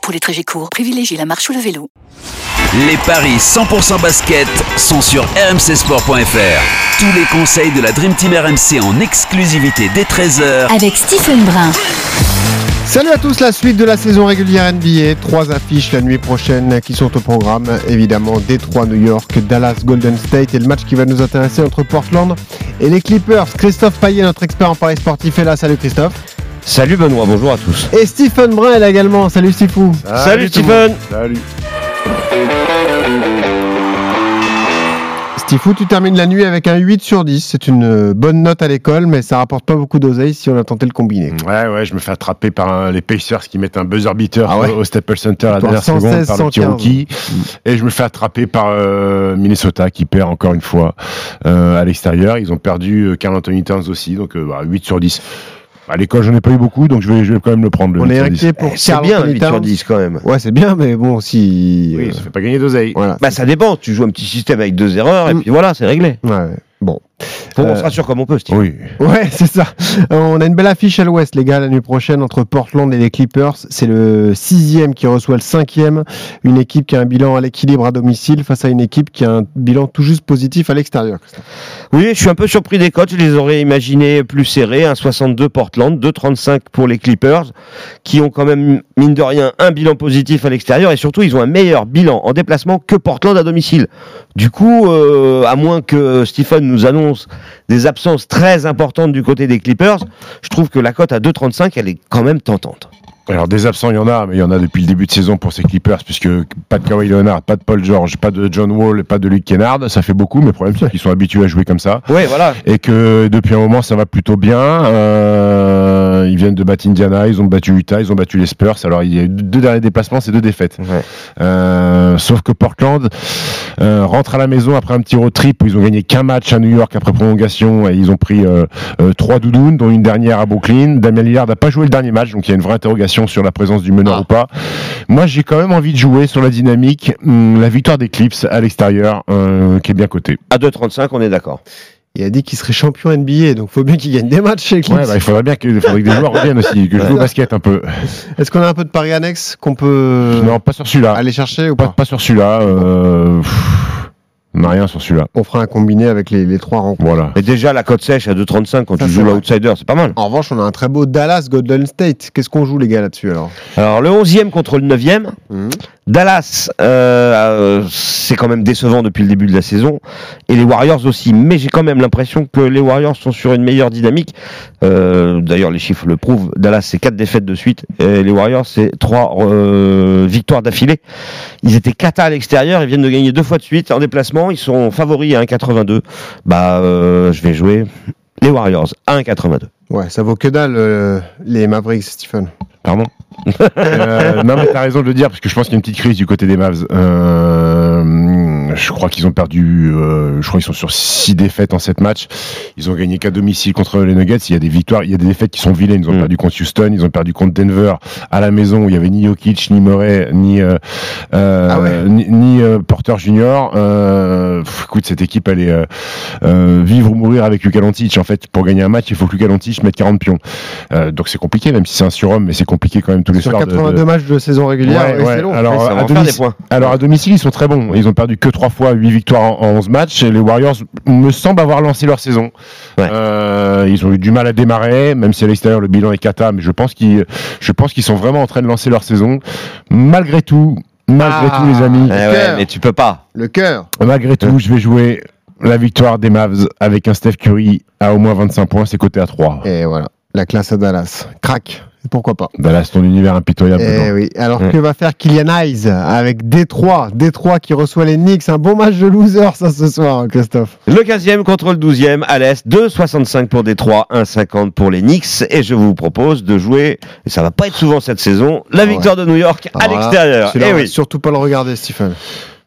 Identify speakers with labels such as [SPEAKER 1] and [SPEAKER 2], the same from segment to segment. [SPEAKER 1] Pour les trajets courts, privilégiez la marche ou le vélo.
[SPEAKER 2] Les paris 100% basket sont sur rmcsport.fr. Tous les conseils de la Dream Team RMC en exclusivité dès 13h
[SPEAKER 1] Avec Stephen Brun.
[SPEAKER 3] Salut à tous, la suite de la saison régulière NBA. Trois affiches la nuit prochaine qui sont au programme. Évidemment, Détroit, New York, Dallas, Golden State et le match qui va nous intéresser entre Portland et les Clippers. Christophe Payet, notre expert en paris sportif, est là. Salut Christophe.
[SPEAKER 4] Salut Benoît, bonjour à tous.
[SPEAKER 3] Et Stephen Brun est là également. Salut Stifou.
[SPEAKER 4] Salut, Stephen.
[SPEAKER 3] Stifou, tu termines la nuit avec un 8 sur 10. C'est une euh, bonne note à l'école, mais ça rapporte pas beaucoup d'oseille si on a tenté le combiné.
[SPEAKER 5] Ouais, ouais, je me fais attraper par un- les Pacers qui mettent un buzzer beater
[SPEAKER 3] Ah ouais
[SPEAKER 5] au, au Staples Center à la
[SPEAKER 3] Victoire
[SPEAKER 5] dernière seconde par le petit
[SPEAKER 3] 116-115.
[SPEAKER 5] rookie. Et je me fais attraper par euh, Minnesota qui perd encore une fois euh, à l'extérieur. Ils ont perdu euh, Carl Anthony Towns aussi, donc euh, bah, 8 sur 10. À l'école, j'en ai pas eu beaucoup, donc je vais, je vais quand même le prendre. Le
[SPEAKER 3] On
[SPEAKER 5] 8
[SPEAKER 3] est
[SPEAKER 5] sur 10.
[SPEAKER 3] inquiet pour
[SPEAKER 4] Eh, C'est
[SPEAKER 3] Carl
[SPEAKER 4] bien
[SPEAKER 3] Anthony
[SPEAKER 4] 8 sur
[SPEAKER 3] Towns.
[SPEAKER 4] 10 quand même.
[SPEAKER 3] Ouais, c'est bien, mais bon, si.
[SPEAKER 5] Oui,
[SPEAKER 3] euh,
[SPEAKER 5] ça fait pas gagner d'oseille.
[SPEAKER 3] voilà.
[SPEAKER 4] Bah ça dépend, tu joues un petit système avec deux erreurs et
[SPEAKER 3] Mm.
[SPEAKER 4] puis voilà, c'est réglé.
[SPEAKER 3] Ouais, ouais. Bon.
[SPEAKER 4] Faut qu'on
[SPEAKER 3] Euh,
[SPEAKER 4] se rassure comme on peut, Steve.
[SPEAKER 5] Oui.
[SPEAKER 3] Ouais, c'est ça. Euh, On a une belle affiche à l'ouest, les gars, la nuit prochaine entre Portland et les Clippers. C'est le sixième qui reçoit le cinquième. Une équipe qui a un bilan à l'équilibre à domicile face à une équipe qui a un bilan tout juste positif à l'extérieur.
[SPEAKER 4] Oui, je suis un peu surpris des cotes. Je les aurais imaginés plus serrés. 1,62 Portland, 2,35 pour les Clippers, qui ont quand même, mine de rien, un bilan positif à l'extérieur. Et surtout, ils ont un meilleur bilan en déplacement que Portland à domicile. Du coup, euh, à moins que Stephen nous annonce des absences très importantes du côté des Clippers, je trouve que la cote à 2,35, elle est quand même tentante.
[SPEAKER 5] Alors des absents, il y en a, mais il y en a depuis le début de saison pour ces Clippers, puisque pas de Kawhi Leonard, pas de Paul George, pas de John Wall, pas de Luke Kennard, ça fait beaucoup, mais le problème c'est qu'ils sont habitués à jouer comme ça,
[SPEAKER 4] Oui, voilà.
[SPEAKER 5] et que depuis un moment ça va plutôt bien. Euh, ils viennent de battre Indiana, ils ont battu Utah, ils ont battu les Spurs, alors il y a eu deux derniers déplacements, c'est deux défaites.
[SPEAKER 4] Ouais.
[SPEAKER 5] Euh, sauf que Portland euh, rentre à la maison après un petit road trip où ils ont gagné qu'un match à New York après prolongation et ils ont pris euh, euh, trois doudounes, dont une dernière à Brooklyn. Damien Lillard n'a pas joué le dernier match, donc il y a une vraie interrogation sur la présence du meneur
[SPEAKER 4] Ah.
[SPEAKER 5] ou pas. Moi, j'ai quand même envie de jouer sur la dynamique, hum, la victoire des Clips à l'extérieur, euh, qui est bien cotée.
[SPEAKER 4] À 2,35, on est d'accord.
[SPEAKER 3] Il a dit qu'il serait champion NBA, donc faut bien qu'il gagne des matchs chez les Clippers.
[SPEAKER 5] Ouais, bah, il faudrait bien que, il faudrait que des joueurs reviennent aussi, que je joue au basket un peu.
[SPEAKER 3] Est-ce qu'on a un peu de paris annexe qu'on peut
[SPEAKER 5] Non, pas sur celui-là.
[SPEAKER 3] aller chercher ou
[SPEAKER 5] Pas,
[SPEAKER 3] pas
[SPEAKER 5] pas sur celui-là. Euh, pff, on n'a rien sur celui-là.
[SPEAKER 3] On fera un combiné avec les, les trois rencontres.
[SPEAKER 5] Voilà.
[SPEAKER 4] Mais déjà, la cote sèche à 2,35 quand
[SPEAKER 3] Ça, c'est
[SPEAKER 4] tu joues
[SPEAKER 3] vrai.
[SPEAKER 4] l'outsider, c'est pas mal.
[SPEAKER 3] En revanche, on a un très beau Dallas Golden State. Qu'est-ce qu'on joue les gars là-dessus alors
[SPEAKER 4] Alors, le 11e contre le 9e.
[SPEAKER 5] Hmm.
[SPEAKER 3] Mhm.
[SPEAKER 4] Dallas, euh, euh, c'est quand même décevant depuis le début de la saison. Et les Warriors aussi. Mais j'ai quand même l'impression que les Warriors sont sur une meilleure dynamique. Euh, D'ailleurs, les chiffres le prouvent. Dallas, c'est 4 défaites de suite. Et les Warriors, c'est 3 victoires d'affilée. Ils étaient cata à l'extérieur. Ils viennent de gagner deux fois de suite en déplacement. Ils sont favoris à 1,82. Bah, euh, je vais jouer les Warriors à 1,82.
[SPEAKER 3] Ouais, ça vaut que dalle euh, les Mavericks, Stephen.
[SPEAKER 5] Pardon Euh, Non, mais t'as raison de le dire, parce que je pense qu'il y a une petite crise du côté des Mavs. Euh, je crois qu'ils ont perdu, euh, je crois qu'ils sont sur 6 défaites en 7 matchs. Ils ont gagné qu'à domicile contre les Nuggets. Il y a des victoires, il y a des défaites qui sont vilaines. Ils ont
[SPEAKER 4] Mm.
[SPEAKER 5] perdu contre Houston, ils ont perdu contre Denver à la maison où il y avait ni Jokic, ni Murray, ni, euh, euh,
[SPEAKER 3] Ah ouais.
[SPEAKER 5] ni, ni, euh, Porter Junior. Euh, pff, écoute, cette équipe, elle est euh, euh, vivre ou mourir avec Luka Doncic. En fait, pour gagner un match, il faut que Luka Doncic mette 40 pions. Euh, donc c'est compliqué, même si c'est un surhomme, mais c'est compliqué quand même tous les
[SPEAKER 3] Sur
[SPEAKER 5] soirs. de- de-
[SPEAKER 3] 82 matchs de saison régulière, euh,
[SPEAKER 5] Ouais,
[SPEAKER 3] ouais,
[SPEAKER 5] ouais.
[SPEAKER 3] c'est long.
[SPEAKER 5] Alors,
[SPEAKER 4] Ouais, ça va
[SPEAKER 5] à
[SPEAKER 4] en faire
[SPEAKER 5] domicile-
[SPEAKER 4] des points.
[SPEAKER 5] alors, à domicile, ils sont très bons. Ils ont perdu que trois fois 8 victoires en, en 11 matchs. Et les Warriors me semblent avoir lancé leur saison.
[SPEAKER 4] Ouais.
[SPEAKER 5] Euh, ils ont eu du mal à démarrer, même si à l'extérieur le bilan est cata. Mais je pense qu'ils, je pense qu'ils sont vraiment en train de lancer leur saison. Malgré tout, malgré
[SPEAKER 3] Ah.
[SPEAKER 5] tout, les amis,
[SPEAKER 4] Eh ouais,
[SPEAKER 3] Cœur.
[SPEAKER 4] mais tu peux pas.
[SPEAKER 3] Le cœur.
[SPEAKER 5] malgré tout, je vais jouer la victoire des Mavs avec un Steph Curry à au moins 25 points. C'est coté à 3.
[SPEAKER 3] Et voilà. la classe à Dallas. Crac, pourquoi pas.
[SPEAKER 5] Dallas, ton univers impitoyable.
[SPEAKER 3] Eh
[SPEAKER 5] non
[SPEAKER 3] oui. Alors
[SPEAKER 4] Ouais.
[SPEAKER 3] que va faire Kylian Hayes avec Détroit Détroit qui reçoit les Knicks. Un bon match de loser ça ce soir, hein, Christophe.
[SPEAKER 4] Le 15e contre le 12e à l'Est, 2,65 pour Détroit, 1,50 pour les Knicks. Et je vous propose de jouer, et ça va pas être souvent cette saison, la
[SPEAKER 3] Ouais.
[SPEAKER 4] victoire de New York à
[SPEAKER 3] Alors là,
[SPEAKER 4] l'extérieur.
[SPEAKER 3] celui-là,
[SPEAKER 4] Eh
[SPEAKER 3] on va
[SPEAKER 4] oui.
[SPEAKER 3] Surtout pas le regarder, Stephen.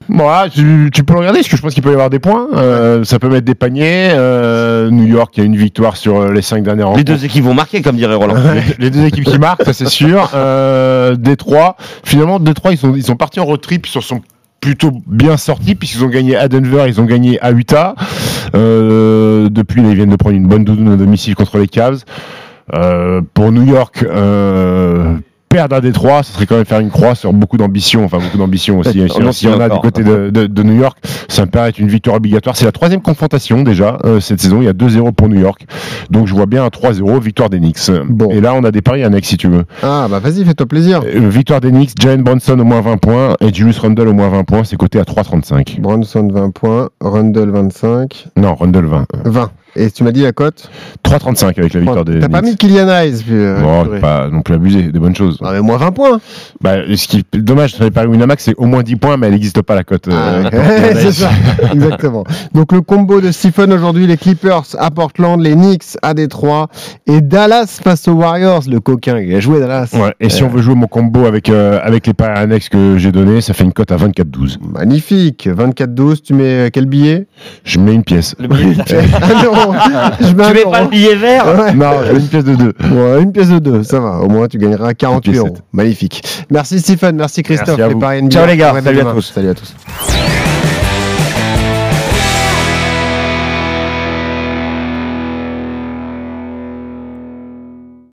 [SPEAKER 5] Bon, ah, tu, tu peux le regarder, parce que je pense qu'il peut y avoir des points. Euh, ça peut mettre des paniers. Euh, New York, il y a une victoire sur euh, les cinq dernières
[SPEAKER 4] Les
[SPEAKER 5] rencontres.
[SPEAKER 4] deux équipes vont marquer, comme dirait Roland.
[SPEAKER 5] Les- les deux équipes qui marquent, ça c'est sûr. Euh, Détroit, finalement, Détroit, ils sont, ils sont partis en road trip, ils s'en sont plutôt bien sortis, puisqu'ils ont gagné à Denver, ils ont gagné à Utah. Euh, depuis, là, ils viennent de prendre une bonne doudoune à domicile contre les Cavs. Euh, pour New York, euh, perdre à Détroit, ce serait quand même faire une croix sur beaucoup d'ambition, enfin beaucoup d'ambition aussi.
[SPEAKER 4] On
[SPEAKER 5] S'il
[SPEAKER 4] en
[SPEAKER 5] s'il y en a du
[SPEAKER 4] encore. hein.
[SPEAKER 5] côté de, de- de New York, ça me paraît être une victoire obligatoire. C'est la troisième confrontation déjà euh, cette saison. Il y a 2-0 pour New York. Donc je vois bien un 3-0, victoire des Knicks.
[SPEAKER 3] Bon.
[SPEAKER 5] Et là, on a des paris annexes si tu veux.
[SPEAKER 3] Ah, bah vas-y, fais-toi plaisir.
[SPEAKER 5] Euh, victoire des Knicks, Jalen Bronson au moins 20 points et Julius Randle au moins 20 points. C'est coté à 3,35.
[SPEAKER 3] Bronson 20 points, Rundle 25,
[SPEAKER 5] Non, Randle 20. Euh,
[SPEAKER 3] 20. Et tu m'as dit la cote
[SPEAKER 5] 3,35 avec la victoire des
[SPEAKER 3] T'as pas mis
[SPEAKER 5] Knicks.
[SPEAKER 3] Kylian Hayes puis, euh,
[SPEAKER 5] Bon,
[SPEAKER 3] purée.
[SPEAKER 5] pas non plus abusé, des bonnes choses.
[SPEAKER 3] Ah, mais moins 20 points.
[SPEAKER 5] Bah, ce qui est dommage sur les paris Winamax, c'est au moins 10 points, mais elle n'existe pas la cote. euh,
[SPEAKER 3] Ah,
[SPEAKER 5] quand il y en a.
[SPEAKER 3] c'est ça, exactement. Donc le combo de Stephen aujourd'hui, les Clippers à Portland, les Knicks à Détroit et Dallas face aux Warriors. Le coquin, il a joué Dallas.
[SPEAKER 5] Ouais, et si on veut jouer mon combo avec, euh, avec les paris annexes que j'ai donné, ça fait une cote à 24-12.
[SPEAKER 3] Magnifique. 24-12, tu mets euh, quel billet
[SPEAKER 5] Je mets une pièce.
[SPEAKER 3] Un euro. Je mets un
[SPEAKER 4] Ah, Tu mets
[SPEAKER 3] euro.
[SPEAKER 4] pas le billet vert
[SPEAKER 3] Ouais.
[SPEAKER 5] non, je mets une pièce de deux.
[SPEAKER 3] Ouais, une pièce de deux, ça va. Au moins, tu gagneras 48
[SPEAKER 5] Une pièce
[SPEAKER 3] euros. Magnifique. Merci Stephen, merci Christophe.
[SPEAKER 5] Merci à
[SPEAKER 3] Les
[SPEAKER 5] vous.
[SPEAKER 3] paris NBA.
[SPEAKER 4] Ciao les gars,
[SPEAKER 3] On revient
[SPEAKER 4] salut à
[SPEAKER 3] demain.
[SPEAKER 4] tous.
[SPEAKER 3] Salut à tous.